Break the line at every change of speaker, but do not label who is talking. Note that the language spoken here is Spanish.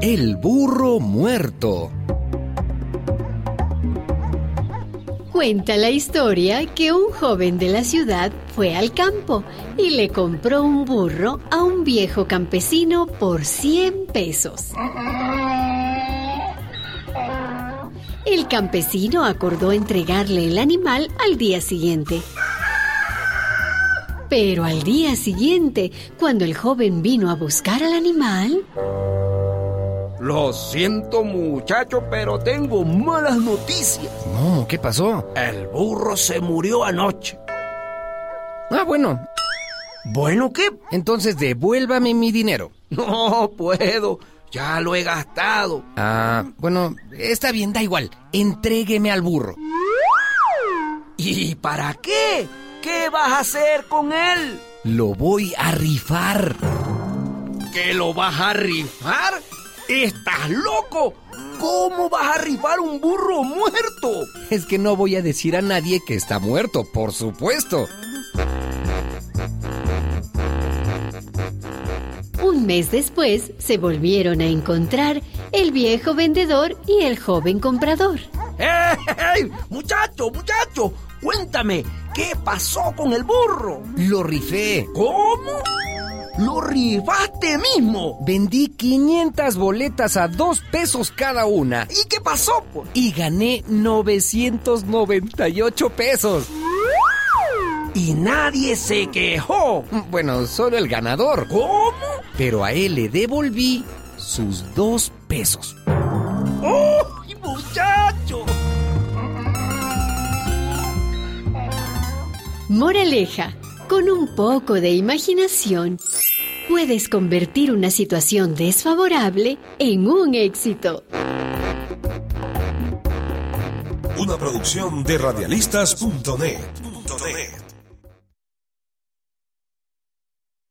El burro muerto.
Cuenta la historia que un joven de la ciudad fue al campo y le compró un burro a un viejo campesino por 100 pesos. El campesino acordó entregarle el animal al día siguiente. Pero al día siguiente, cuando el joven vino a buscar al animal,
Lo siento muchacho, pero tengo malas noticias.
No, ¿qué pasó?
El burro se murió anoche.
Ah, bueno.
Bueno, ¿qué?
Entonces devuélvame mi dinero.
No puedo. Ya lo he gastado.
Ah, bueno, está bien, da igual. Entrégueme al burro.
¿Y para qué? ¿Qué vas a hacer con él?
Lo voy a rifar.
¿Que lo vas a rifar? ¿Estás loco? ¿Cómo vas a rifar un burro muerto?
Es que no voy a decir a nadie que está muerto, por supuesto.
un mes después se volvieron a encontrar el viejo vendedor y el joven comprador.
¡Ey! Muchacho, muchacho, cuéntame, ¿qué pasó con el burro?
Lo rifé.
¿Cómo? ¿Lo rifaste mismo?
Vendí 500 boletas a 2 pesos cada una
¿Y qué pasó? pues?
y gané 998 pesos.
Y nadie se quejó.
Bueno, solo el ganador.
¿Cómo?
Pero a él le devolví sus 2 pesos.
¡Ay, muchacho!
Moraleja, con un poco de imaginación, puedes convertir una situación desfavorable en un éxito.
Una producción de radialistas.net.